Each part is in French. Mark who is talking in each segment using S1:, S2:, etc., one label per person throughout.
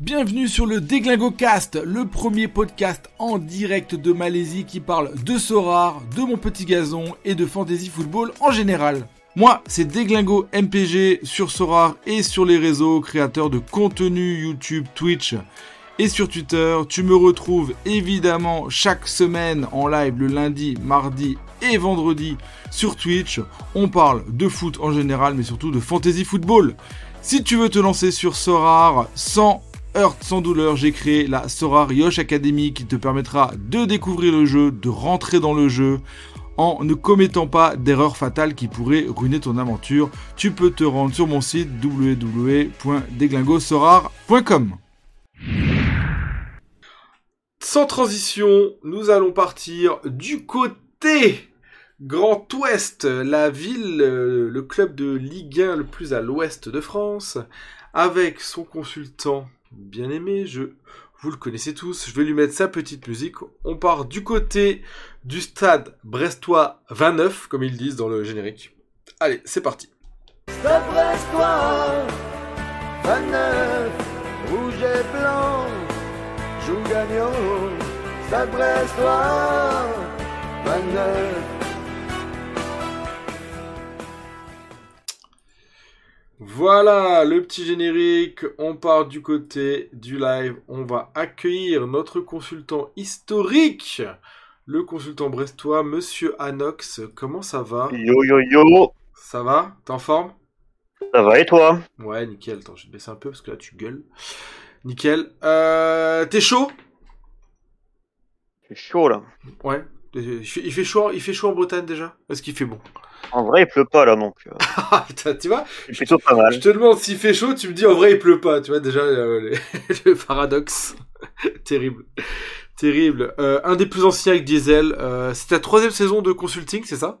S1: Bienvenue sur le Déglingo Cast, le premier podcast en direct de Malaisie qui parle de Sorar, de mon petit gazon et de fantasy football en général. Moi, c'est Déglingo MPG sur Sorar et sur les réseaux, créateur de contenu YouTube, Twitch et sur Twitter. Tu me retrouves évidemment chaque semaine en live le lundi, mardi et vendredi sur Twitch. On parle de foot en général, mais surtout de fantasy football. Si tu veux te lancer sur Sorar sans heurte, sans douleur, j'ai créé la Sorar Yosh Academy qui te permettra de découvrir le jeu, de rentrer dans le jeu en ne commettant pas d'erreurs fatales qui pourraient ruiner ton aventure. Tu peux te rendre sur mon site www.deglingosorar.com. Sans transition, nous allons partir du côté Grand Ouest, la ville, euh, le club de Ligue 1 le plus à l'ouest de France, avec son consultant bien aimé, je vous le connaissez tous, je vais lui mettre sa petite musique. On part du côté du stade brestois 29 comme ils disent dans le générique. Allez, c'est parti.
S2: Stade Brestois, 29, rouge et blanc, joue gagnant. Stade Brestois, 29.
S1: Voilà le petit générique, on part du côté du live, on va accueillir notre consultant historique, le consultant brestois, monsieur Anox, comment ça va
S3: Yo yo yo,
S1: Ça va T'es en forme
S3: ça va et toi
S1: Ouais, nickel, attends, je vais te baisser un peu parce que là tu gueules. Nickel. Euh, T'es chaud
S3: C'est chaud là.
S1: Ouais. Il fait il fait chaud, il fait chaud en Bretagne déjà Est-ce qu'il fait bon
S3: En vrai, il pleut pas là donc. euh,
S1: Ah putain, tu vois
S3: C'est plutôt pas mal.
S1: Je te demande s'il fait chaud, tu me dis en vrai il pleut pas, tu vois déjà euh, les- le paradoxe. Terrible. Terrible. Euh, un des plus anciens avec Diesel, euh, c'est ta troisième saison de consulting, c'est ça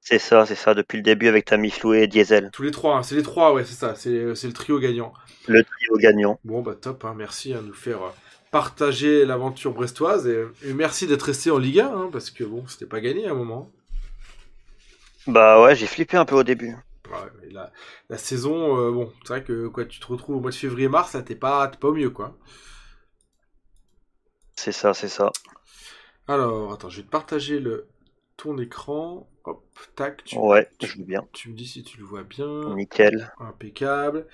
S3: C'est ça, c'est ça, depuis le début avec Tammy Flouet et Diesel,
S1: Tous les trois, hein. c'est les trois, ouais, c'est ça, c'est c'est le trio gagnant.
S3: le trio gagnant.
S1: Bon bah top, hein, merci à nous faire euh, partager l'aventure brestoise et, et merci d'être resté en Liga, hein, parce que bon, c'était pas gagné à un moment.
S3: Bah ouais, j'ai flippé un peu au début.
S1: Ouais, mais la, la saison, euh, bon, c'est vrai que quoi, tu te retrouves au mois de février-mars, là t'es pas, t'es pas au mieux quoi.
S3: C'est ça, c'est ça.
S1: Alors, attends, je vais te partager le ton écran. Hop, tac, tu,
S3: Ouais,
S1: tu-
S3: je veux bien.
S1: tu me dis si tu le vois bien.
S3: Nickel.
S1: Impeccable.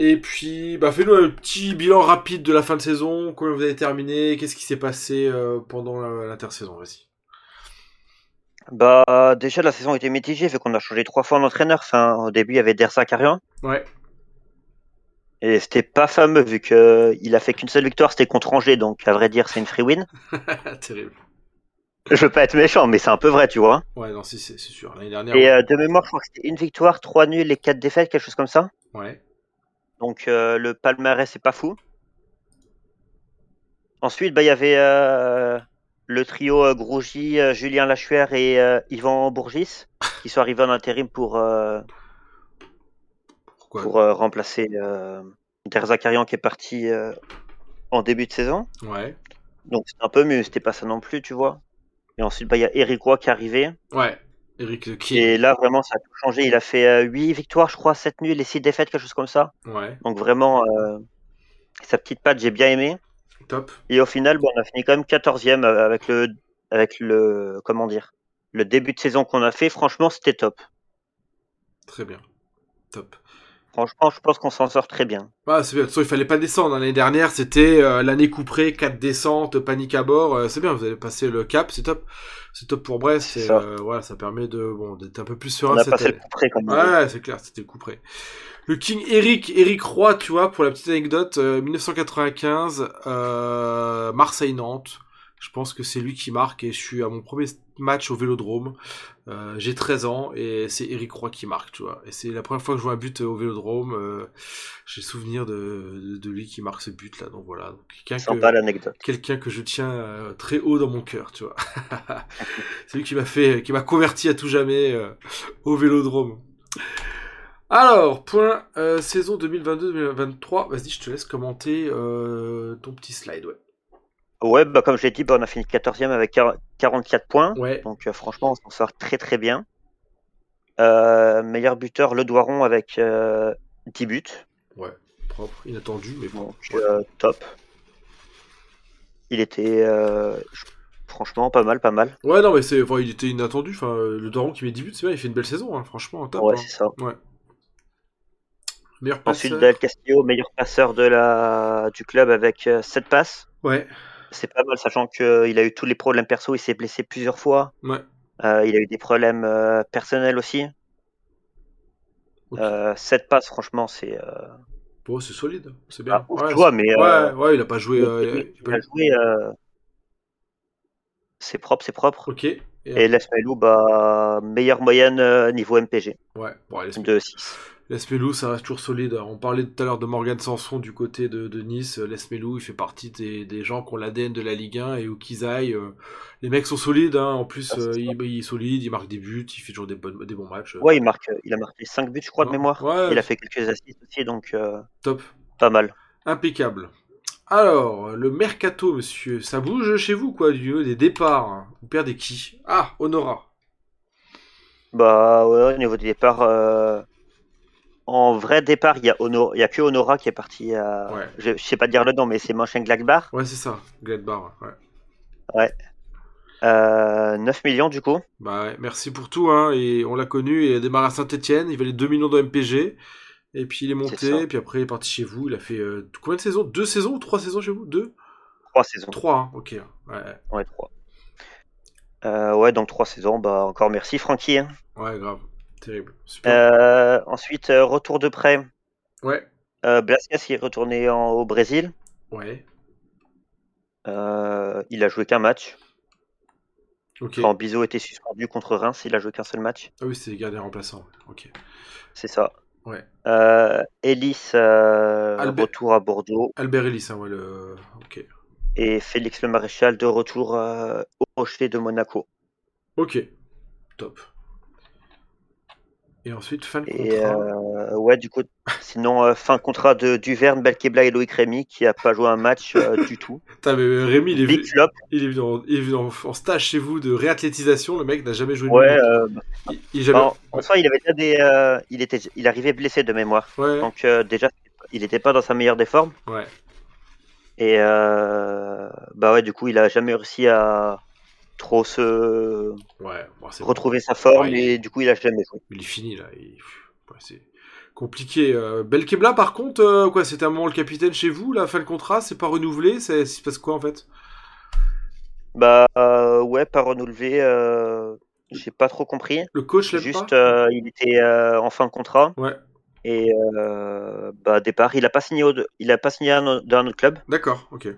S1: Et puis, bah, fais-nous un petit bilan rapide de la fin de saison. Comment vous avez terminé Qu'est-ce qui s'est passé euh, pendant la- l'intersaison Vas-y.
S3: Bah déjà la saison était mitigée vu qu'on a changé trois fois d'entraîneur. Enfin, au début il y avait Dersa Karian.
S1: Ouais,
S3: Et c'était pas fameux vu que il a fait qu'une seule victoire, c'était contre Angers, donc à vrai dire c'est une free win.
S1: terrible.
S3: Je veux pas être méchant, mais c'est un peu vrai, tu vois.
S1: Ouais, non, si, c'est c'est sûr. L'année dernière.
S3: Et euh, de mémoire, je crois que c'était une victoire, trois nuls et quatre défaites, quelque chose comme ça.
S1: Ouais.
S3: Donc euh, le palmarès c'est pas fou. Ensuite, bah, il y avait euh, le trio euh, Grougy, euh, Julien Lachuer et euh, Yvan Bourgis qui sont arrivés en intérim pour, euh,
S1: Pourquoi
S3: pour euh, remplacer euh, Derzakarian qui est parti euh, en début de saison.
S1: Ouais.
S3: Donc c'était un peu mieux, c'était pas ça non plus, tu vois. Et ensuite, bah, il y a Eric Roy qui est arrivé.
S1: Ouais. Eric qui
S3: Et là, vraiment, ça a tout changé. Il a fait 8 victoires, je crois, 7 nuls et 6 défaites, quelque chose comme ça.
S1: Ouais.
S3: Donc vraiment, euh, sa petite patte, j'ai bien aimé.
S1: Top.
S3: Et au final, bon, on a fini quand même 14e euh, avec le, avec le, comment dire, le début de saison qu'on a fait. Franchement, c'était top.
S1: Très bien. Top.
S3: Franchement, je pense qu'on s'en sort très bien.
S1: Ah, c'est bien. De toute façon, il fallait pas descendre. hein. L'année dernière, c'était euh, l'année couperée, 4 descentes, panique à bord. Euh, c'est bien, vous avez passé le cap, c'est top. C'est top pour Brest.
S3: C'est
S1: et,
S3: ça.
S1: euh, voilà, ça permet de bon d'être un peu plus
S3: On
S1: serein
S3: a
S1: cette
S3: passé le
S1: année.
S3: coup près quand même.
S1: Ouais, c'est clair, c'était couperé. Le King Eric, Eric Roy, tu vois, pour la petite anecdote, euh, 1995, euh, Marseille-Nantes. Je pense que c'est lui qui marque et je suis à mon premier match au Vélodrome. Euh, J'ai 13 ans et c'est Eric Roy qui marque, tu vois. Et c'est la première fois que je vois un but euh, au Vélodrome. euh, J'ai souvenir de, de, de lui qui marque ce but là. Donc voilà, Donc, quelqu'un
S3: Sympa
S1: que,
S3: l'anecdote.
S1: quelqu'un que je tiens euh, très haut dans mon cœur, tu vois. c'est lui qui m'a fait, qui m'a converti à tout jamais euh, au Vélodrome. Alors, point euh, saison 2022-2023. Vas-y, je te laisse commenter euh, ton petit slide, ouais.
S3: Ouais, bah, comme je l'ai dit, bah, on a fini 14e avec 40 44 points.
S1: Ouais,
S3: Donc euh, franchement, on s'en sort très très bien. Euh, meilleur buteur, Le Doiron avec euh, 10 buts.
S1: propre, inattendu, mais bon.
S3: Donc, euh, top. Il était euh, je- franchement pas mal, pas mal.
S1: Ouais, non, mais c'est, enfin, il était inattendu. Enfin, euh, le Doron qui met 10 buts, c'est bien, il fait une belle saison, hein, franchement, top.
S3: ouais,
S1: hein.
S3: c'est ça.
S1: Meilleur
S3: Ensuite,
S1: passeur.
S3: Del Castillo, meilleur passeur de la... du club avec 7 passes.
S1: Ouais,
S3: C'est pas mal, sachant qu'il a eu tous les problèmes perso, il s'est blessé plusieurs fois.
S1: ouais.
S3: Euh, il a eu des problèmes euh, personnels aussi.
S1: Ok.
S3: 7 passes, franchement, c'est. euh,
S1: Bon, c'est solide, c'est bien.
S3: ah, ouf,
S1: ouais,
S3: tu vois, mais.
S1: c'est-
S3: euh,
S1: ouais, ouais, il a pas joué.
S3: le
S1: euh, il a-
S3: technique
S1: il a
S3: qu'il
S1: pas-
S3: a joué, euh, c'est propre, c'est propre.
S1: Ok. Et-
S3: Et Lasmelou, bah, meilleure moyenne euh, niveau MPG
S1: Ouais, bon, allez,
S3: de 6.
S1: Lesmelou, ça reste toujours solide. On parlait tout à l'heure de Morgan Sanson du côté de, de Nice. Lesmelou, il fait partie des, des gens qui ont l'ADN de la Ligue 1 et où qu'ils aillent. euh, les mecs sont solides. hein. En plus,
S3: Ah, c'est
S1: euh,
S3: ça.
S1: il, il est solide, il marque des buts, il fait toujours des, bonnes, des bons matchs.
S3: Ouais, il, marque, euh, il a marqué 5 buts, je crois, de
S1: Ouais,
S3: mémoire.
S1: ouais.
S3: il a fait quelques assists aussi, donc euh,
S1: Top.
S3: pas mal.
S1: Impeccable. Alors, le mercato, monsieur, ça bouge chez vous, quoi, du niveau des départs. hein. Vous perdez qui Ah, Honora.
S3: Bah, ouais, au niveau du départ, euh, en vrai départ, il y a, Honor... il y a que Honora qui est parti. à-
S1: Ouais,
S3: Je, je sais pas dire le nom, mais c'est Mönchengladbach.
S1: ouais c'est ça. Gladbach, ouais.
S3: Euh, 9 millions du coup.
S1: Bah ouais, merci pour tout, hein, et on l'a connu, il a démarré à Saint-Etienne, il valait 2 millions de MPG, et puis il est
S3: C'est ça.
S1: monté, et puis après il est parti chez vous, il a fait euh, combien de saisons? Deux saisons ou trois saisons chez vous? Deux?
S3: 3 saisons.
S1: Trois, hein, ok. Ouais,
S3: Ouais, 3. Euh, ouais, donc 3 saisons. Bah, encore merci, Francky. hein.
S1: ouais, grave. Terrible. Super.
S3: Euh, ensuite, euh, retour de prêt.
S1: Ouais,
S3: Euh, Blasquez, il est retourné en- au Brésil.
S1: ouais,
S3: Euh, il a joué qu'un match.
S1: ok.
S3: Quand Bizot était suspendu contre Reims, il a joué qu'un seul match.
S1: Ah oui, c'était les gardiens remplaçants, ok.
S3: C'est ça.
S1: Ouais.
S3: Euh, Ellis, euh,
S1: Albert-
S3: retour à Bordeaux.
S1: Albert Ellis, hein, ouais, le... Ok.
S3: Et Félix le Maréchal de retour euh, au Rocher de Monaco.
S1: Ok. Top. Et ensuite, fin de
S3: Et
S1: contrat.
S3: euh, ouais, du coup, sinon, euh, fin de contrat de Duverne, Belkebla et Loïc Rémy qui a pas joué un match euh, du tout.
S1: Putain, mais, euh, Rémi, il est,
S3: Big
S1: venu,
S3: flop.
S1: il est venu, en, il est venu en- en stage chez vous de réathlétisation, le mec n'a jamais joué de
S3: Ouais,
S1: minute.
S3: euh,
S1: Il, il jamais-
S3: en- en soi, il avait déjà des. euh, il, était, il arrivait blessé de mémoire.
S1: Ouais,
S3: Donc, euh, déjà, il n'était pas dans sa meilleure des formes.
S1: ouais,
S3: Et euh, bah ouais, du coup, il a jamais réussi à trop se
S1: ouais. bon, c'est bon.
S3: retrouver sa forme
S1: Ouais.
S3: et du coup, il a jamais joué.
S1: Il est fini là. Il- pff, ouais, c'est compliqué. Euh, Belkebla, par contre, euh, quoi, c'était un moment le capitaine chez vous, la fin de contrat, c'est pas renouvelé, c'est c'est parce quoi en fait
S3: Bah euh, ouais, pas renouvelé, euh, j'ai pas trop compris.
S1: Le coach l'aime
S3: Juste,
S1: pas
S3: euh, il était euh, en fin de contrat
S1: Ouais,
S3: et euh, bah départ, il a pas signé, au, il a pas signé un, dans un autre club.
S1: d'accord, ok.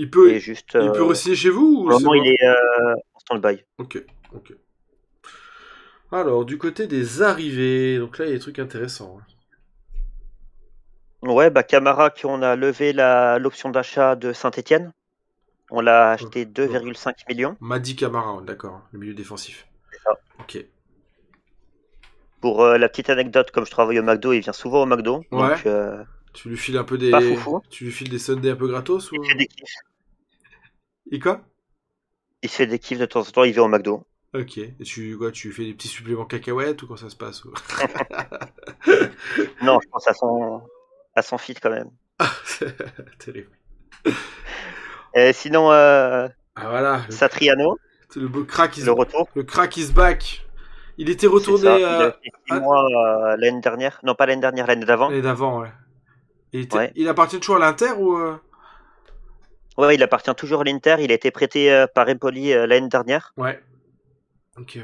S1: Il peut,
S3: Et juste,
S1: il peut
S3: euh,
S1: re-signer chez vous ou
S3: pour le moment,
S1: c'est bon
S3: il est euh, en stand-by.
S1: Ok, ok. Alors, du côté des arrivées, donc là il y a des trucs intéressants. hein.
S3: Ouais, bah Camara, qui on a levé la l'option d'achat de Saint-Étienne. On l'a acheté 2,5 millions
S1: Madi Camara, on est d'accord, le milieu défensif.
S3: ça.
S1: Ok,
S3: Pour euh, la petite anecdote, comme je travaille au McDo, il vient souvent au McDo.
S1: Ouais.
S3: Donc, euh,
S1: tu lui files un peu des,
S3: Pas foufou.
S1: tu lui files des Sunday un peu gratos ou
S3: il, fait des kiffs.
S1: Et quoi
S3: Il fait des kiffs de temps en temps, il vient au McDo.
S1: Ok. Et tu, quoi, tu fais des petits suppléments cacahuètes ou quand ça se passe ou-
S3: Non, je pense à son, à son fit quand même.
S1: Terrible.
S3: Et sinon, euh,
S1: Ah voilà, le,
S3: Satriano,
S1: le beau crack is,
S3: le retour.
S1: le crack is back. Il était
S3: c'est
S1: retourné
S3: ça. Il a
S1: euh,
S3: fait six
S1: à-
S3: mois euh, l'année dernière. Non, pas l'année dernière, l'année d'avant.
S1: l'année d'avant, ouais. Il, était-
S3: Ouais.
S1: il appartient toujours à l'Inter ou euh,
S3: Ouais, il appartient toujours à l'Inter. Il a été prêté euh, par Empoli euh, l'année dernière.
S1: Ouais. Ok.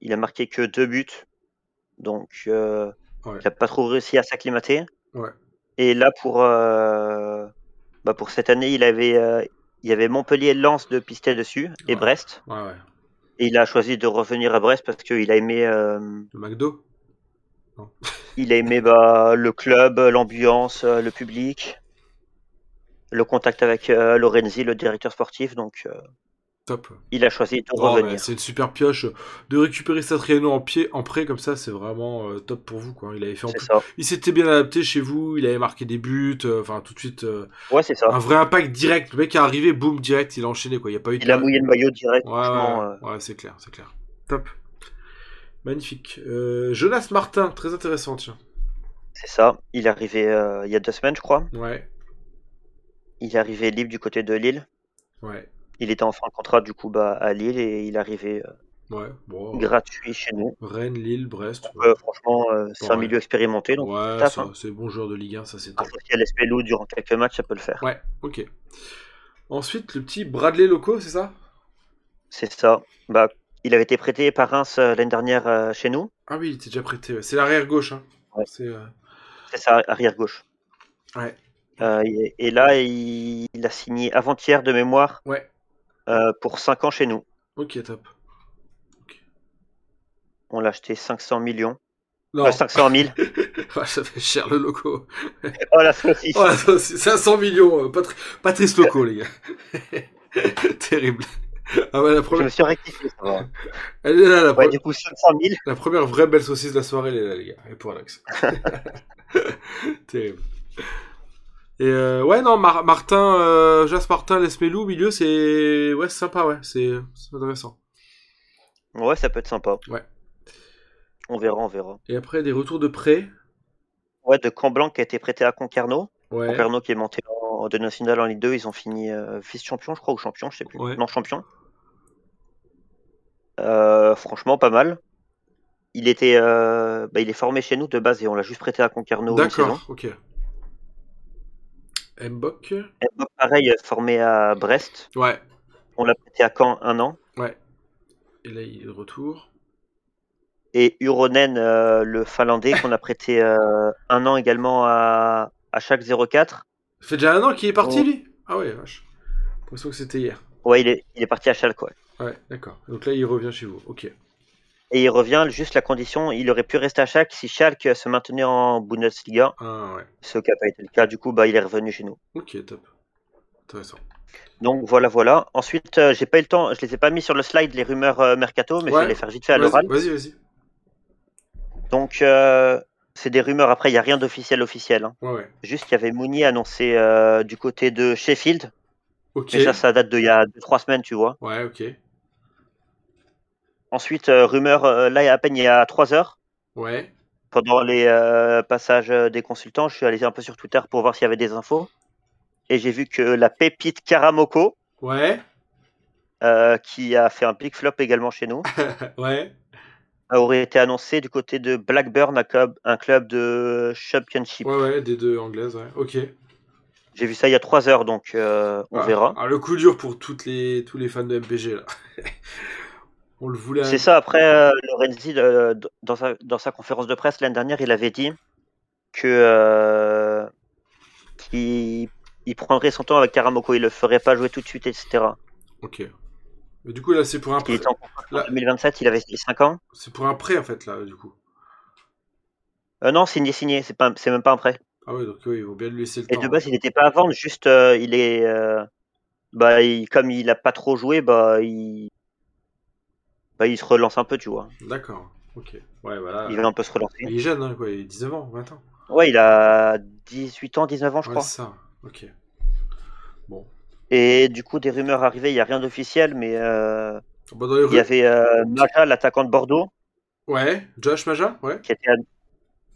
S3: Il a marqué que deux buts. Donc, euh,
S1: Ouais.
S3: il n'a pas trop réussi à s'acclimater.
S1: Ouais.
S3: Et là, pour, euh, bah, pour cette année, il avait, euh, il y avait Montpellier, Lens de pistait dessus et
S1: Ouais.
S3: Brest.
S1: Ouais, ouais.
S3: Et il a choisi de revenir à Brest parce qu'il a aimé, euh,
S1: Le McDo.
S3: il a aimé bah, le club, l'ambiance, euh, le public, le contact avec euh, Lorenzi, le directeur sportif. Donc, euh,
S1: Top.
S3: il a choisi de
S1: Oh, mais
S3: revenir.
S1: c'est une super pioche de récupérer Satriano en pied, en prêt comme ça, c'est vraiment euh, top pour vous quoi. Il avait fait en
S3: C'est
S1: plus-
S3: ça.
S1: il s'était bien adapté chez vous, il avait marqué des buts, euh, enfin tout de suite euh,
S3: Ouais, c'est ça.
S1: un vrai impact direct. Le mec est arrivé, boum, direct, il a enchaîné quoi. Il n'y a pas eu de.
S3: Il a mouillé le maillot direct.
S1: Ouais,
S3: franchement, euh,
S1: ouais, ouais, c'est clair, c'est clair. Top. Magnifique. Euh, Jonas Martin, très intéressant, tiens.
S3: C'est ça. Il est arrivé euh, il y a deux semaines, je crois.
S1: Ouais,
S3: Il est arrivé libre du côté de Lille.
S1: ouais,
S3: Il était en fin de contrat du coup bah, à Lille et il est arrivé euh,
S1: ouais. Bon,
S3: gratuit chez nous.
S1: Rennes, Lille, Brest.
S3: Euh, franchement, euh, c'est un
S1: Ouais.
S3: milieu expérimenté, donc
S1: ouais,
S3: taf,
S1: ça,
S3: hein. Ah,
S1: c'est bon joueur de Ligue 1, ça c'est top.
S3: associé à l'Espelou durant quelques matchs, ça peut le faire.
S1: Ouais, ok. Ensuite, le petit Bradley Loco, c'est ça
S3: C'est ça. Bah, il avait été prêté par Reims euh, l'année dernière euh, chez nous.
S1: Ah oui, il était déjà prêté. ouais. C'est l'arrière gauche. Hein.
S3: Ouais.
S1: C'est, euh,
S3: C'est ça, arrière gauche.
S1: Ouais.
S3: Euh, et, et là, il, il a signé avant-hier de mémoire
S1: Ouais.
S3: euh, pour 5 ans chez nous.
S1: Ok, top.
S3: On l'a acheté 500 millions.
S1: Non,
S3: Euh, 500 000.
S1: Ouais, ça fait cher le Loco.
S3: oh la saucisse.
S1: Oh, attends, c'est 500 millions. euh, Patri- Patrice Loco, les gars. Terrible. Ah ouais, la
S3: Je me
S1: première,
S3: suis rectifié. ça va.
S1: elle est là, la,
S3: Ouais,
S1: pre-
S3: du coup, 500 000.
S1: la première vraie belle saucisse de la soirée, elle est là, les gars. Et pour Alex. Terrible. Et euh, ouais, non, Mar- Martin, euh, Jas Martin, Lesmelou, milieu, c'est ouais, c'est sympa, ouais, c'est c'est intéressant.
S3: Ouais, ça peut être sympa.
S1: Ouais.
S3: On verra, on verra.
S1: Et après, des retours de prêt.
S3: Ouais, de Camp-Blanc qui a été prêté à Concarneau.
S1: Ouais.
S3: Concarneau qui est monté en, en de national en Ligue 2, ils ont fini euh, vice-champion, je crois, ou champion, je sais plus.
S1: Ouais.
S3: Non, champion. Euh, franchement, pas mal. Il était, euh, bah, il est formé chez nous de base et on l'a juste prêté à Concarneau une saison.
S1: D'accord, ok. Mbok
S3: Et Bob, pareil, euh, formé à Brest.
S1: Ouais.
S3: On l'a prêté à Caen un an.
S1: Et là, il est de retour.
S3: Et Uronen, euh, le Finlandais, qu'on a prêté euh, un an également à, à chaque 04.
S1: Ça fait déjà un an qu'il est parti,
S3: Oh.
S1: lui Ah ouais, vache. J'ai l'impression que c'était hier.
S3: Ouais, il est, il est parti à Schalke. ouais.
S1: Ouais, d'accord. Donc là, il revient chez vous. Ok.
S3: Et il revient, juste la condition, il aurait pu rester à Schalke si Schalke se maintenait en Bundesliga.
S1: Ah ouais.
S3: ce qui n'a pas été le cas. Du coup, bah, il est revenu chez nous.
S1: Ok, top. Intéressant.
S3: Donc voilà, voilà. Ensuite, euh, j'ai pas eu le temps, je les ai pas mis sur le slide les rumeurs euh, mercato, mais
S1: Ouais.
S3: je vais les faire vite fait à
S1: Vas-y,
S3: l'oral.
S1: vas-y, vas-y.
S3: Donc euh, c'est des rumeurs. Après, il y a rien d'officiel officiel. hein.
S1: Ouais, ouais.
S3: Juste qu'il y avait Mouni annoncé euh, du côté de Sheffield.
S1: Ok.
S3: Déjà, ça date d'il y a 2-3 semaines, tu vois.
S1: Ouais, ok.
S3: Ensuite, euh, rumeur euh, là, à peine il y a 3 heures.
S1: Ouais.
S3: Pendant les euh, passages euh, des consultants, je suis allé un peu sur Twitter pour voir s'il y avait des infos. Et j'ai vu que la pépite Karamoko,
S1: Ouais.
S3: euh, qui a fait un big flop également chez nous,
S1: ouais.
S3: aurait été annoncé du côté de Blackburn, un club, un club de Championship.
S1: Ouais, ouais, des deux anglaises, ouais. Ok.
S3: J'ai vu ça il y a trois heures, donc euh, on
S1: Ah.
S3: verra.
S1: Ah, le coup dur pour toutes les... tous les fans de MPG, là. On le voulait. à-
S3: C'est ça, après, euh, Lorenzi, euh, d- dans, sa, dans sa conférence de presse l'année dernière, il avait dit que euh, qu'il- il prendrait son temps avec Karamoko, il le ferait pas jouer tout de suite, etc.
S1: Ok. Mais du coup, là, c'est pour un
S3: Il
S1: prêt.
S3: était en contrat en
S1: Là-
S3: 2027, il avait 5 ans.
S1: C'est pour un prêt, en fait, là, du coup.
S3: Euh, non, signé, signé, c'est pas un- c'est même pas un prêt.
S1: Ah ouais, donc oui, ils vont bien lui laisser le
S3: Et
S1: temps.
S3: de base, il n'était pas à vendre, juste euh, il est. euh, bah, il- comme il n'a pas trop joué, bah, il. Bah, il se relance un peu, tu vois.
S1: D'accord, ok. Ouais, voilà.
S3: Il va un peu se relancer.
S1: Il est jeune, hein, quoi. Il a 19 ans, 20 ans.
S3: Ouais, il a 18 ans, 19 ans, je
S1: ouais,
S3: crois.
S1: c'est ça, ok.
S3: Et du coup, des rumeurs arrivées, il n'y a rien d'officiel, mais euh,
S1: Bah, dans les
S3: il y
S1: rues-
S3: avait euh, Maja, l'attaquant de Bordeaux,
S1: Ouais, Josh Maja, ouais.
S3: qui était. à-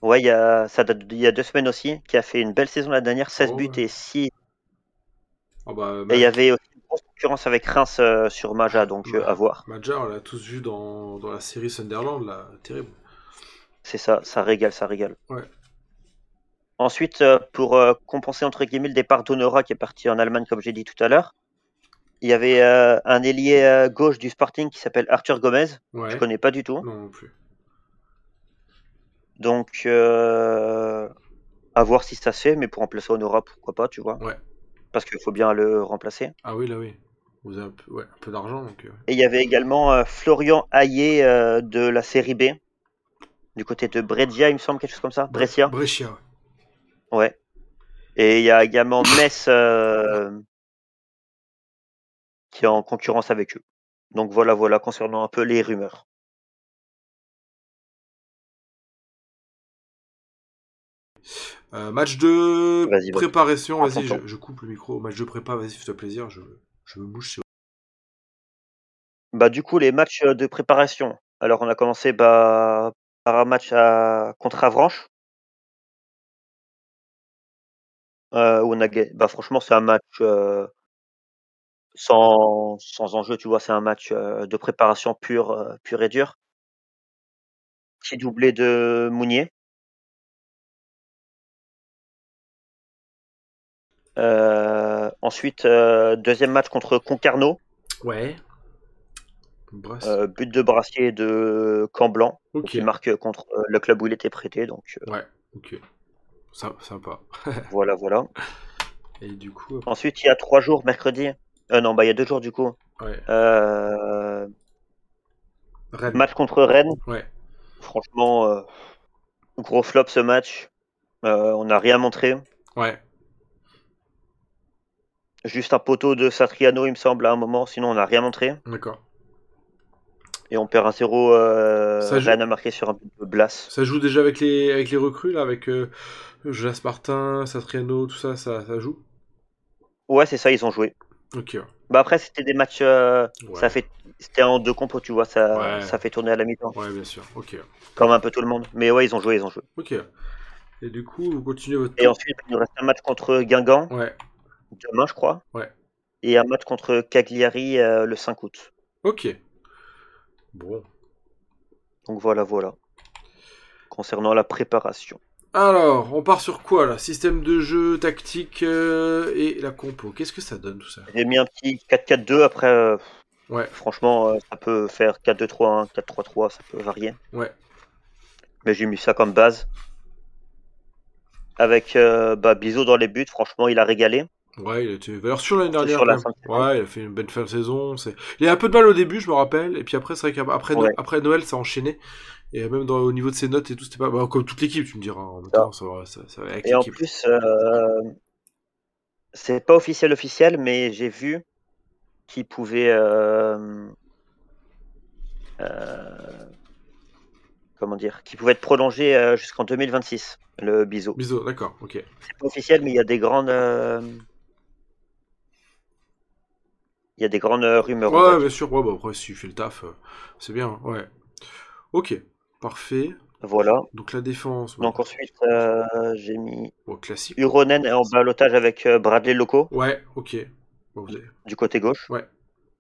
S3: Ouais, il y a, ça date d'il y a deux semaines aussi, qui a fait une belle saison la dernière, 16
S1: Oh,
S3: buts
S1: ouais.
S3: et 6.
S1: Ah bah,
S3: Et
S1: Ma-
S3: il y avait aussi une grosse concurrence avec Reims euh, sur Maja, donc euh, à voir.
S1: Maja, on l'a tous vu dans, dans la série Sunderland, là. Terrible.
S3: C'est ça, ça régale, ça régale.
S1: Ouais.
S3: Ensuite, euh, pour euh, compenser entre guillemets le départ d'Honora qui est parti en Allemagne, comme j'ai dit tout à l'heure, il y avait euh, un ailier euh, gauche du Sporting qui s'appelle Arthur Gomez. Je
S1: Ouais.
S3: connais pas du tout.
S1: Non, non plus.
S3: Donc, euh, à voir si ça se fait, mais pour remplacer Honora, pourquoi pas, tu vois.
S1: Ouais.
S3: Parce qu'il faut bien le remplacer.
S1: Ah oui, là, oui. Vous avez un peu, ouais, un peu d'argent, donc. euh,
S3: Et il y avait également euh, Florian Hayé euh, de la série B, du côté de Brescia, il me semble, quelque chose comme ça. Brescia.
S1: Brescia, ouais.
S3: Ouais. Et il y a également Metz euh, qui est en concurrence avec eux. Donc voilà, voilà, concernant un peu les rumeurs.
S1: Euh, match de
S3: Vas-y, vas-y.
S1: préparation,
S3: Prends
S1: vas-y,
S3: ton
S1: je, je coupe le micro. Match de prépa, vas-y, fais-toi plaisir, je, je me bouge. c'est-
S3: Bah du coup, les matchs euh, de préparation. Alors on a commencé bah, par un match à... contre Avranches. euh, où on a ga- bah, franchement, c'est un match euh, sans, sans enjeu, tu vois, c'est un match euh, de préparation pure, euh, pure et dure. Petit doublé de Mounier. Euh, ensuite, euh, deuxième match contre Concarneau,
S1: Ouais. Brest.
S3: euh, but de brassier de Camblanc,
S1: ok.
S3: qui marque euh, contre euh, le club où il était prêté, donc euh,
S1: Ok. Sy- Sympa.
S3: voilà, voilà.
S1: Et du coup, après-
S3: Ensuite, il y a trois jours, mercredi, euh, non, bah, il y a deux jours du coup,
S1: ouais.
S3: Euh,
S1: Rennes.
S3: match contre Rennes,
S1: Ouais.
S3: franchement, euh, gros flop ce match, Euh, on n'a rien montré,
S1: Ouais.
S3: juste un poteau de Satriano, il me semble, à un moment, sinon on n'a rien montré,
S1: D'accord.
S3: et on perd un 0, euh,
S1: Ça joue-
S3: Rennes a marqué sur un but de Blas.
S1: Ça joue déjà avec les, avec les recrues, là, avec euh, Jonas Martin, Satriano, tout ça, ça, ça joue
S3: Ouais, c'est ça, ils ont joué.
S1: Ok. ouais.
S3: Bah après, c'était des matchs, euh,
S1: Ouais.
S3: ça fait, c'était en deux compos, tu vois, ça,
S1: Ouais.
S3: ça fait tourner à la mi-temps,
S1: Ouais, bien sûr. Ok.
S3: comme un peu tout le monde, mais ouais, ils ont joué, ils ont joué.
S1: Ok. Et du coup, vous continuez votre
S3: Et ensuite, il nous reste un match contre Guingamp,
S1: Ouais.
S3: demain, je crois,
S1: Ouais.
S3: et un match contre Cagliari euh, le 5 août.
S1: Ok. Bon.
S3: Donc voilà, voilà. Concernant la préparation.
S1: Alors, on part sur quoi là Système de jeu, tactique euh, et la compo. Qu'est-ce que ça donne tout ça
S3: J'ai mis un petit 4-4-2 après. euh,
S1: Ouais.
S3: Franchement, euh, ça peut faire 4-2-3-1, 4-3-3, ça peut varier.
S1: Ouais.
S3: Mais j'ai mis ça comme base. Avec euh, bah, Bizot dans les buts, franchement, il a régalé.
S1: Ouais, il a été valeur sûre l'année
S3: Sur
S1: dernière.
S3: la
S1: quand même.
S3: fin de saison.
S1: ouais, il a fait une belle fin de saison. c'est- Il a un peu de mal au début, je me rappelle. Et puis après, c'est vrai qu'après
S3: Ouais.
S1: après Noël, ça a enchaîné. Et même dans, au niveau de ses notes et tout, c'était pas. bah, comme toute l'équipe, tu me diras. En même
S3: Ça.
S1: temps, ça, va- ça, ça va avec
S3: Et en
S1: l'équipe.
S3: plus, euh, c'est pas officiel officiel, mais j'ai vu qu'il pouvait. euh, euh, comment dire Qu'il pouvait être prolongé euh, jusqu'en 2026, le Bizot.
S1: Bisous, d'accord, ok.
S3: C'est pas officiel, mais il y a des grandes. euh, Il y a des grandes euh, rumeurs.
S1: Ouais,
S3: en fait.
S1: bien sûr. Ouais, bah après, si tu fais le taf, euh, c'est bien. Ouais. Ok, parfait.
S3: Voilà.
S1: Donc la défense, ouais.
S3: Donc ensuite, euh, j'ai mis
S1: Ouais, classique.
S3: Uronen en balotage avec euh, Bradley Loco
S1: Ouais, ok. Bon, vous avez-
S3: du côté gauche.
S1: Ouais.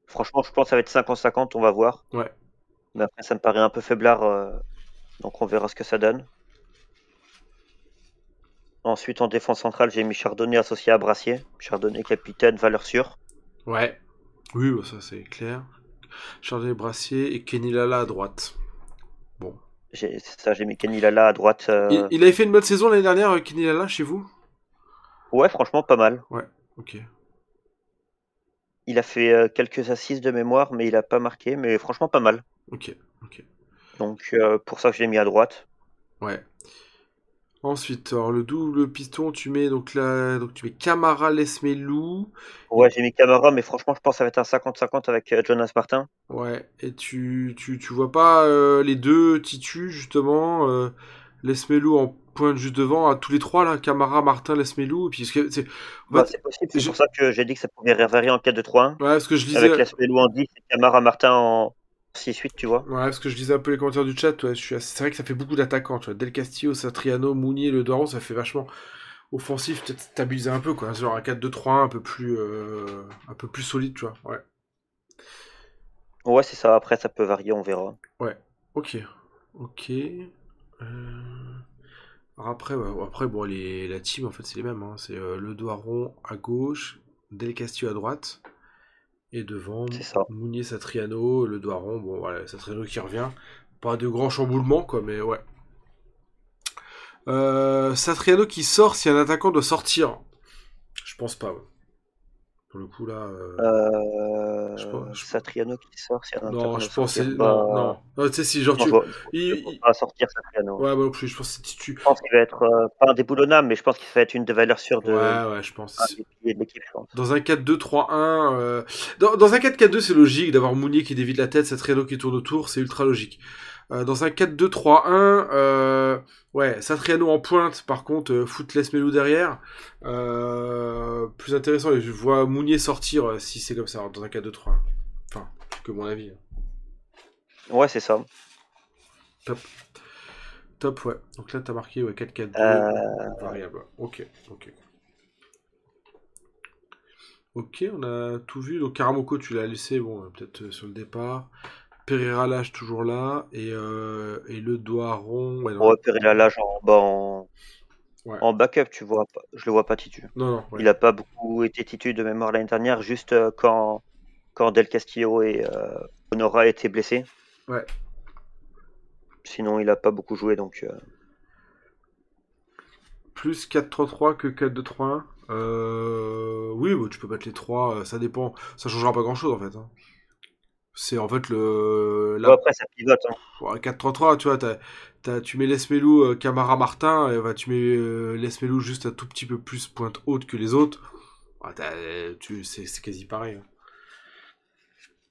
S3: Franchement, je pense que ça va être 50-50, on va voir.
S1: Ouais.
S3: Mais après, ça me paraît un peu faiblard. euh, Donc on verra ce que ça donne. Ensuite, en défense centrale, j'ai mis Chardonnay associé à Brassier. Chardonnay capitaine, valeur sûre.
S1: Ouais. Oui, bah ça c'est clair. Charlie Brassier et Kenny Lala à droite. Bon.
S3: J'ai- Ça, j'ai mis Kenny Lala à droite. euh,
S1: Il, il avait fait une bonne saison l'année dernière, euh, Kenny Lala, chez vous
S3: Ouais, franchement, pas mal.
S1: Ok.
S3: Il a fait euh, quelques assises de mémoire, mais il a pas marqué, mais franchement pas mal.
S1: Ok.
S3: Donc euh, pour ça que je l'ai mis à droite.
S1: Ouais. Ensuite, alors le double piston, tu mets donc là, donc tu mets Camara Lesmelou.
S3: Ouais, j'ai mis Camara, mais franchement je pense que ça va être un 50-50 avec euh, Jonas Martin.
S1: Ouais. Et tu, tu, tu vois pas euh, les deux titus justement euh, Lesmelou en pointe juste devant à tous les trois là, Camara, Martin, Lesmelou. Et puis parce que c'est, en
S3: Bah,
S1: fait,
S3: c'est possible, c'est
S1: je-
S3: pour ça que j'ai dit que ça pouvait varier en 4-2-3-1.
S1: ouais, parce que je lisais.
S3: Avec Laspelou en 10 et Camara Martin en 6-8, tu vois.
S1: Ouais, parce que je lisais un peu les commentaires du chat, ouais, je suis assez- c'est vrai que ça fait beaucoup d'attaquants, tu vois. Del Castillo, Satriano, Mounier, Le Doron, ça fait vachement offensif, peut-être stabiliser un peu, quoi. Genre un 4-2-3-1 un peu plus, euh, un peu plus solide, tu vois. Ouais.
S3: Ouais, c'est ça, après ça peut varier, on verra.
S1: Ok. Ok. Euh, alors Après, bah, bon, après, bon, les, la team, en fait, c'est les mêmes. hein. C'est euh, Le Doiron à gauche, Del Castillo à droite. Et devant,
S3: C'est ça.
S1: Mounier, Satriano, Le Doiron. Bon, voilà, Satriano qui revient. Pas de grand chamboulement, quoi, mais ouais. Euh, Satriano qui sort si un attaquant doit sortir. Je pense pas. ouais. Pour le coup, là. euh,
S3: Euh...
S1: Je pense- je-
S3: Satriano qui sort, c'est un
S1: non,
S3: international
S1: je pensais.
S3: sortir, bah,
S1: Non, non. Non, tu sais, si, genre,
S3: non,
S1: tu.
S3: je vois-
S1: Il-
S3: je pense
S1: il-
S3: pas sortir Satriano.
S1: Ouais, bah, je pense que si tu.
S3: Je pense qu'il va être euh, pas un déboulonnable, mais je pense qu'il va être une des valeurs sûres de,
S1: Ouais, ouais, je pense.
S3: un des piliers de l'équipe, je pense.
S1: Dans un 4-2-3-1, euh, dans, dans un 4-4-2, c'est logique d'avoir Mounier qui dévide la tête, cette Satriano qui tourne autour, c'est ultra logique. Euh, dans un 4-2-3-1, euh, ouais, Satriano en pointe, par contre, euh, Footless Melou derrière. Euh, plus intéressant, et je vois Mounier sortir euh, si c'est comme ça, dans un 4-2-3-1. Enfin, que mon avis. hein.
S3: Ouais, c'est ça.
S1: Top, ouais. Donc là, t'as marqué ouais, 4-4-2,
S3: Euh,
S1: variable. Ok, ok. Ok, on a tout vu. Donc Karamoko, tu l'as laissé, bon, euh, peut-être euh, sur le départ. Pereira Lage toujours là. Et, euh, et le doigt rond. ouais, non,
S3: On repérer la lâche en, bah, en...
S1: Ouais.
S3: en backup, tu vois. pas- Je le vois pas titu.
S1: non, non, ouais.
S3: Il a pas beaucoup été titu de mémoire l'année dernière, juste euh, quand, quand Del Castillo et euh, Honora étaient blessés.
S1: Ouais.
S3: Sinon, il a pas beaucoup joué, donc euh,
S1: Plus 4-3-3 que 4-2-3-1. Euh, Oui, bah, tu peux mettre les trois. euh, Ça dépend. Ça changera pas grand-chose en fait. hein. C'est en fait le. la-
S3: bon, après, ça pivote. hein.
S1: Ouais, 4-3-3, tu vois, t'as- t'as- tu mets Lesmelou, euh, Camara Martin, et, bah, tu mets euh, Lesmelou juste un tout petit peu plus pointe haute que les autres. Ouais, t'as- euh, tu- c'est c'est quasi pareil. hein.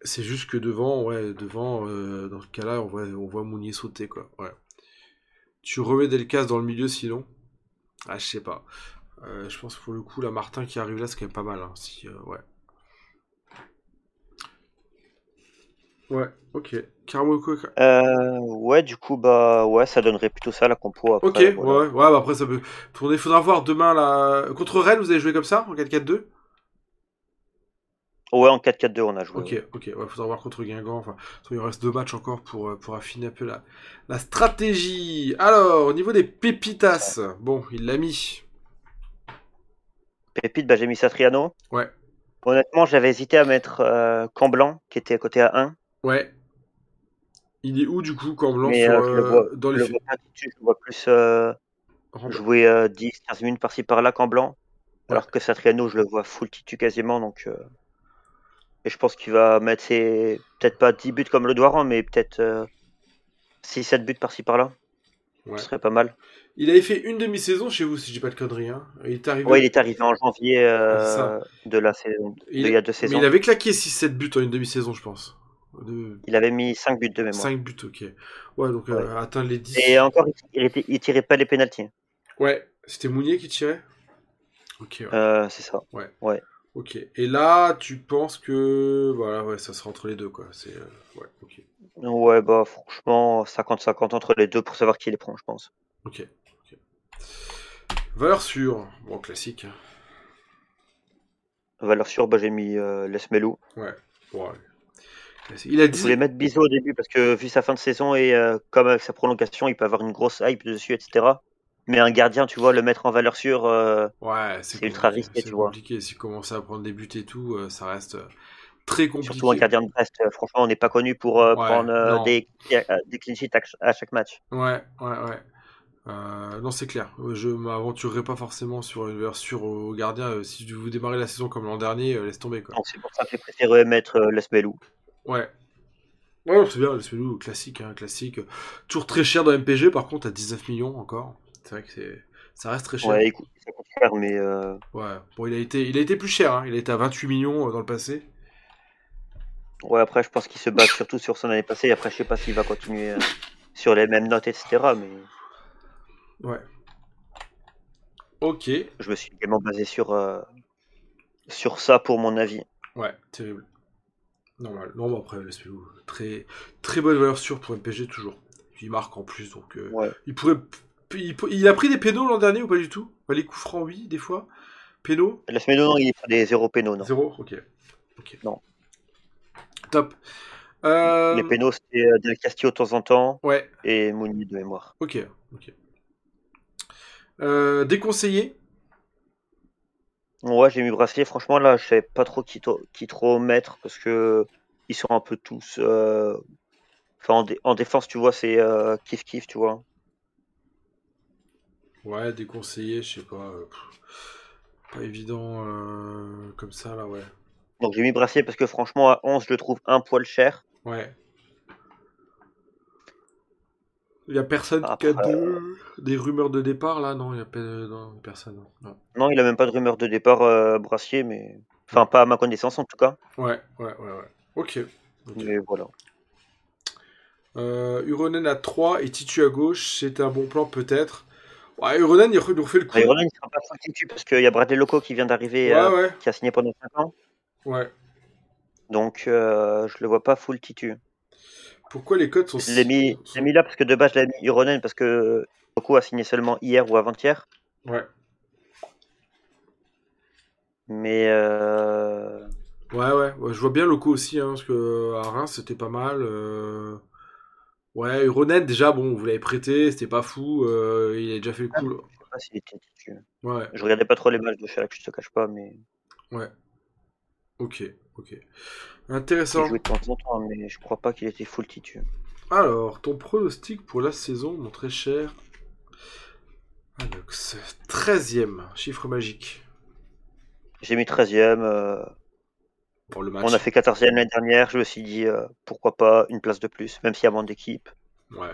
S1: C'est juste que devant, ouais, devant, euh, dans ce cas-là, on voit, on voit Mounier sauter, quoi. Ouais. Tu remets Delcas dans le milieu sinon. Ah, je sais pas. Euh, je pense pour le coup, la Martin qui arrive là, c'est quand même pas mal. hein, si, euh, ouais. Ouais, ok. Karamoko,
S3: Euh, ouais, du coup, bah ouais, ça donnerait plutôt ça la compo. Après,
S1: Ok,
S3: voilà.
S1: ouais, ouais, bah après ça peut tourner. Faudra voir demain la. Contre Rennes, vous avez joué comme ça en 4-4-2
S3: Ouais, en 4-4-2, on a joué.
S1: Ok, ok, ouais, faudra voir contre Guingamp. Enfin, de toute façon, il reste deux matchs encore pour, euh, pour affiner un peu la, la stratégie. Alors, au niveau des pépitas, bon, il l'a mis.
S3: Pépite, bah, j'ai mis Satriano.
S1: Ouais.
S3: Honnêtement, j'avais hésité à mettre euh, Camblanc, qui était à côté à 1.
S1: Ouais. Il est où du coup, quand Blanc
S3: Mais,
S1: sur,
S3: euh, je le
S1: euh,
S3: vois-
S1: Dans
S3: Je
S1: les
S3: le vois pas tout de suite, je le vois plus euh,
S1: faits
S3: jouer 10-15 minutes par-ci par-là Camblanc. Alors que Satriano, je le vois full titu quasiment. Donc, euh, Et je pense qu'il va mettre ses... peut-être pas 10 buts comme le Doiron, mais peut-être euh, 6-7 buts par-ci par-là.
S1: Ouais.
S3: Ce serait pas mal.
S1: Il avait fait une demi-saison chez vous, si je dis pas de conneries. hein. Il est arrivé.
S3: Ouais, il est arrivé en janvier euh,
S1: C'est ça.
S3: de la saison. de
S1: il-
S3: il y a deux
S1: Mais
S3: saisons.
S1: il avait claqué 6-7 buts en une demi-saison, je pense. De...
S3: Il avait mis 5 buts de mémoire.
S1: 5 buts, ok. Ouais, donc euh, atteindre les 10.
S3: Et encore, il, était- il tirait pas les pénalties.
S1: Ouais, c'était Mounier qui tirait Ok, ouais.
S3: Euh, c'est ça.
S1: ok. Et là, tu penses que. Voilà, ouais, ça sera entre les deux, quoi. C'est. euh, Ouais, ok.
S3: Ouais, bah franchement, 50-50 entre les deux pour savoir qui les prend, je pense.
S1: Ok. ok. Valeur sûre. Bon, classique. hein.
S3: Valeur sûre, bah, j'ai mis euh, Lesmelou.
S1: Ouais. Bon, ouais. Classique. Il a
S3: Je
S1: 10.
S3: voulais mettre Bizot au début parce que vu sa fin de saison et euh, comme avec sa prolongation, il peut avoir une grosse hype dessus, etc. Mais un gardien, tu vois, le mettre en valeur sûre, euh,
S1: Ouais,
S3: c'est ultra
S1: compliqué,
S3: risqué,
S1: c'est
S3: tu vois.
S1: compliqué. Si vous commencez à prendre des buts et tout, euh, ça reste euh, très compliqué.
S3: surtout un gardien de Brest, euh, franchement, on n'est pas connu pour euh,
S1: Ouais,
S3: prendre euh,
S1: non.
S3: des, euh, des clean sheets à, ch- à chaque match.
S1: Ouais, ouais, ouais. Euh, non, c'est clair. Je m'aventurerai pas forcément sur une valeur sûre au gardien. Euh, Si vous démarrez la saison comme l'an dernier, euh, laisse tomber, quoi.
S3: Donc c'est pour ça que j'ai préféré mettre euh, Lesmelou.
S1: Ouais. Ouais, non, c'est bien, le Spelou, classique, hein, classique. Toujours très cher dans MPG, par contre, à 19 millions encore. C'est vrai que c'est... ça reste très cher.
S3: Ouais,
S1: Ouais.
S3: écoute, ça coûte cher, mais euh,
S1: Bon, il a été, il a été plus cher, hein. il a été à 28 millions euh, dans le passé.
S3: ouais, après, je pense qu'il se base surtout sur son année passée. Après, je sais pas s'il va continuer euh, sur les mêmes notes, etc. Mais
S1: Ouais. Ok.
S3: je me suis également basé sur, euh, sur ça pour mon avis.
S1: Ouais, terrible. Normal. Non, mais après, le Spelou, très, très bonne valeur sûre pour MPG, toujours. Puis il marque en plus, donc euh,
S3: Ouais.
S1: il pourrait. Il, pour- il a pris des pénaux l'an dernier ou pas du tout Bah, Les coups francs, oui, des fois. Pénaux
S3: Lesmelou, non, il est sur des zéro pénaux, non.
S1: Zéro Ok. Ok.
S3: Non.
S1: Top. Euh,
S3: Les pénaux, c'était euh, Del Castillo de temps en temps
S1: Ouais,
S3: et Mounier de mémoire.
S1: ok. ok. Euh, déconseillé
S3: Ouais, j'ai mis bracelet. Franchement, là, je savais pas trop qui, to- qui trop mettre parce que ils sont un peu tous. euh, Enfin, en, dé- en défense, tu vois, c'est euh, kiff kiff, tu vois.
S1: Ouais, déconseillé, je sais pas. euh, pff, pas évident euh, comme ça, là, ouais.
S3: Donc, j'ai mis bracelet parce que franchement, à 11, je le trouve un poil cher.
S1: Ouais. Il y a personne qui a
S3: Après, euh,
S1: de- des rumeurs de départ, là Non, il y a pe- non, personne. non, non.
S3: Non, il a même pas de rumeur de départ, euh, bracelet, mais. Enfin, pas à ma connaissance en tout cas.
S1: Ouais, ouais, ouais, ouais. Ok. Ok.
S3: Mais voilà.
S1: Euh, Uronen à 3 et Titu à gauche, c'est un bon plan peut-être. Ouais, Uronen, il re- nous refait le coup.
S3: Et Ronan, Ah, il sera pas substitut parce qu'il y a Bradley Loco qui vient d'arriver,
S1: Ouais,
S3: euh,
S1: ouais,
S3: qui a signé pendant 5 ans.
S1: ouais.
S3: Donc, euh, je le vois pas full titu.
S1: Pourquoi les codes sont
S3: Je l'ai mis, je l'ai mis là parce que de base, je l'ai mis Uronen parce que Loco a signé seulement hier ou avant-hier.
S1: Ouais,
S3: Mais euh,
S1: je vois bien Loco aussi, hein, parce que à Reims, c'était pas mal. euh, Ouais, Ronen, déjà, bon, vous l'avez prêté, c'était pas fou. euh, il a déjà fait le coup. là.
S3: Je sais pas s'il était titulaire.
S1: Ouais,
S3: Je regardais pas trop les matchs de Shellac, je te cache pas, mais
S1: ok, ok.
S3: il
S1: Intéressant.
S3: jouait de temps en temps, mais je crois pas qu'il était full titulaire.
S1: Alors, ton pronostic pour la saison, mon très cher Alex. 13ème, chiffre magique
S3: J'ai mis 13ème. euh,
S1: pour le match.
S3: on a fait 14ème l'année dernière. Je me suis dit euh, pourquoi pas une place de plus, même s'il y a moins d'équipes.
S1: Ouais,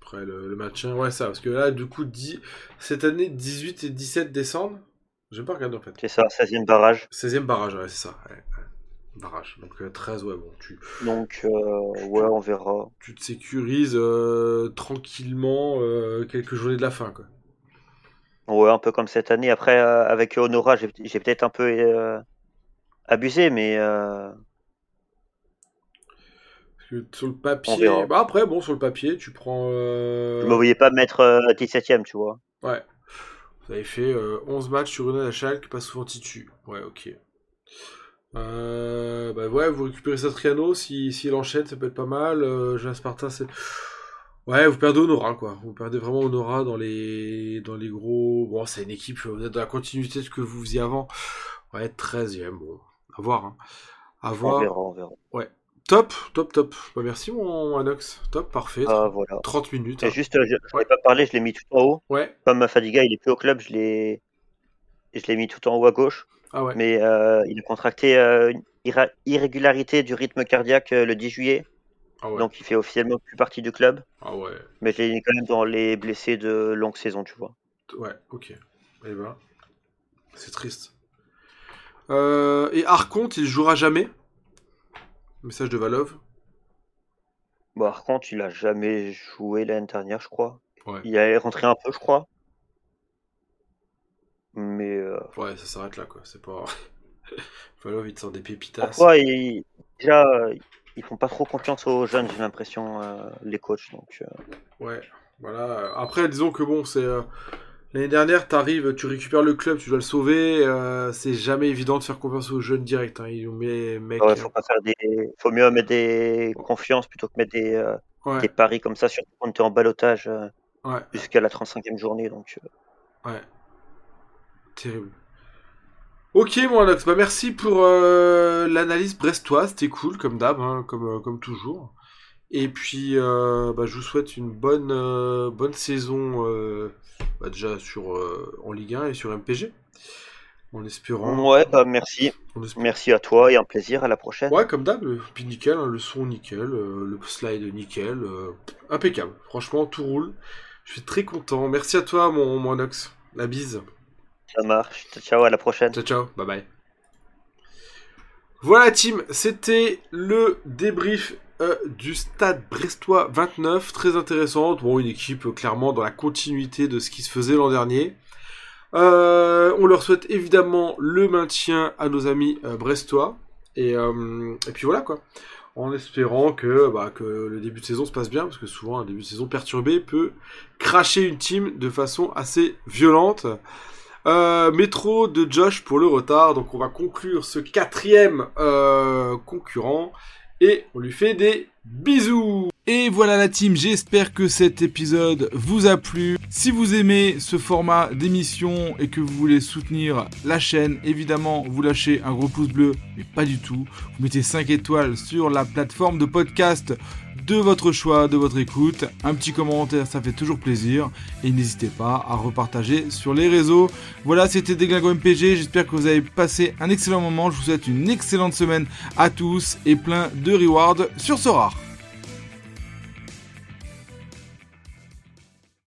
S1: après le, le match, hein, ouais, ça, parce que là, du coup, dix- cette année, 18 et 17 décembre, j'ai pas regardé en fait.
S3: C'est ça, 16ème barrage.
S1: 16e barrage, ouais, c'est ça. ouais, ouais. Barrage. Donc euh, 13, ouais, bon, tu,
S3: Donc, euh, ouais, on verra.
S1: tu te sécurises euh, tranquillement euh, quelques journées de la fin, quoi.
S3: Ouais, un peu comme cette année. Après, euh, avec Honora, j'ai j'ai peut-être un peu euh, abusé, mais euh,
S1: Parce que sur le
S3: On
S1: papier,
S3: verra.
S1: bah après, bon, sur le papier, tu prends. euh,
S3: je me voyais pas mettre euh, 17ème, tu vois.
S1: Ouais. Vous avez fait euh, 11 matchs sur une à chaque, pas souvent titu. Ouais, ok. Euh, bah ouais, vous récupérez Satriano, si- s'il enchaîne, ça peut être pas mal. Euh, Jean Sparta, c'est. Ouais, vous perdez Honora, quoi. Vous perdez vraiment Honora dans les, dans les gros. Bon, c'est une équipe, euh, vous êtes dans la continuité de ce que vous faisiez avant. Ouais, 13ème, bon. À voir, hein. À
S3: On
S1: voir.
S3: verra, on verra.
S1: Top, top, top. Bah, merci, mon Anox. Top, parfait.
S3: Ah, voilà.
S1: 30 minutes. hein.
S3: Et juste, euh, je je
S1: Ouais.
S3: n'ai pas parlé, je l'ai mis tout en haut.
S1: Ouais,
S3: Comme Fadiga, il est plus au club, je l'ai je l'ai mis tout en haut à gauche.
S1: ah ouais.
S3: Mais euh, il a contracté euh, une ira- irrégularité du rythme cardiaque euh, le 10 juillet.
S1: Ah ouais.
S3: Donc, il fait officiellement plus partie du club.
S1: Ah ouais.
S3: Mais je l'ai mis quand même dans les blessés de longue saison, tu vois.
S1: Ouais, ok. Eh ben, c'est triste. Euh, et Arconte, il jouera jamais. Message de Valov.
S3: Bon, par contre, il a jamais joué l'année dernière, je crois.
S1: Ouais.
S3: Il est rentré un peu, je crois. Mais euh,
S1: Ouais, ça s'arrête là, quoi. C'est pas. Valov, il te sort des pépitas.
S3: pourquoi ils, déjà euh, ils font pas trop confiance aux jeunes, j'ai l'impression, euh, les coachs. Donc, euh,
S1: Ouais, voilà. Après, disons que bon, c'est. euh, L'année dernière, t'arrives, tu récupères le club, tu dois le sauver. euh, c'est jamais évident de faire confiance aux jeunes directs. Hein. Ils ont mis, mec.
S3: ouais, faut pas faire des, faut mieux mettre des confiances plutôt que mettre des, euh, des
S1: Ouais,
S3: paris comme ça, surtout quand t'es en balotage euh,
S1: ouais,
S3: jusqu'à la 35e journée. Donc, euh,
S1: ouais. Terrible. Ok, mon Alex, bah merci pour euh, l'analyse brestoise, c'était cool comme d'hab, hein, comme, euh, comme toujours. Et puis, euh, bah, je vous souhaite une bonne, euh, bonne saison euh, bah, déjà sur, euh, en Ligue 1 et sur MPG. En espérant.
S3: ouais, bah, merci,
S1: en espérant-
S3: merci à toi et un plaisir. À la prochaine.
S1: Ouais, comme d'hab, le- puis nickel, hein, le son nickel, euh, le slide nickel, euh, impeccable. Franchement, tout roule. Je suis très content. Merci à toi, mon, mon Alex. La bise.
S3: Ça marche. Ciao, à la prochaine.
S1: Ciao, ciao. Bye bye. Voilà, team. C'était le débrief euh, du stade brestois 29. Très intéressante. Bon, une équipe euh, clairement dans la continuité de ce qui se faisait l'an dernier. Euh, on leur souhaite évidemment le maintien à nos amis euh, brestois. Et, euh, et puis voilà, quoi. En espérant que, bah, que le début de saison se passe bien, parce que souvent un début de saison perturbé peut cracher une team de façon assez violente. Euh, métro de Josh pour le retard. Donc on va conclure ce quatrième euh, concurrent et on lui fait des bisous.
S4: Et voilà la team, j'espère que cet épisode vous a plu. Si vous aimez ce format d'émission et que vous voulez soutenir la chaîne, évidemment, vous lâchez un gros pouce bleu, mais pas du tout. Vous mettez 5 étoiles sur la plateforme de podcast de votre choix, de votre écoute. Un petit commentaire, ça fait toujours plaisir. Et n'hésitez pas à repartager sur les réseaux. Voilà, c'était Déglingo MPG. J'espère que vous avez passé un excellent moment. Je vous souhaite une excellente semaine à tous et plein de rewards sur Sora.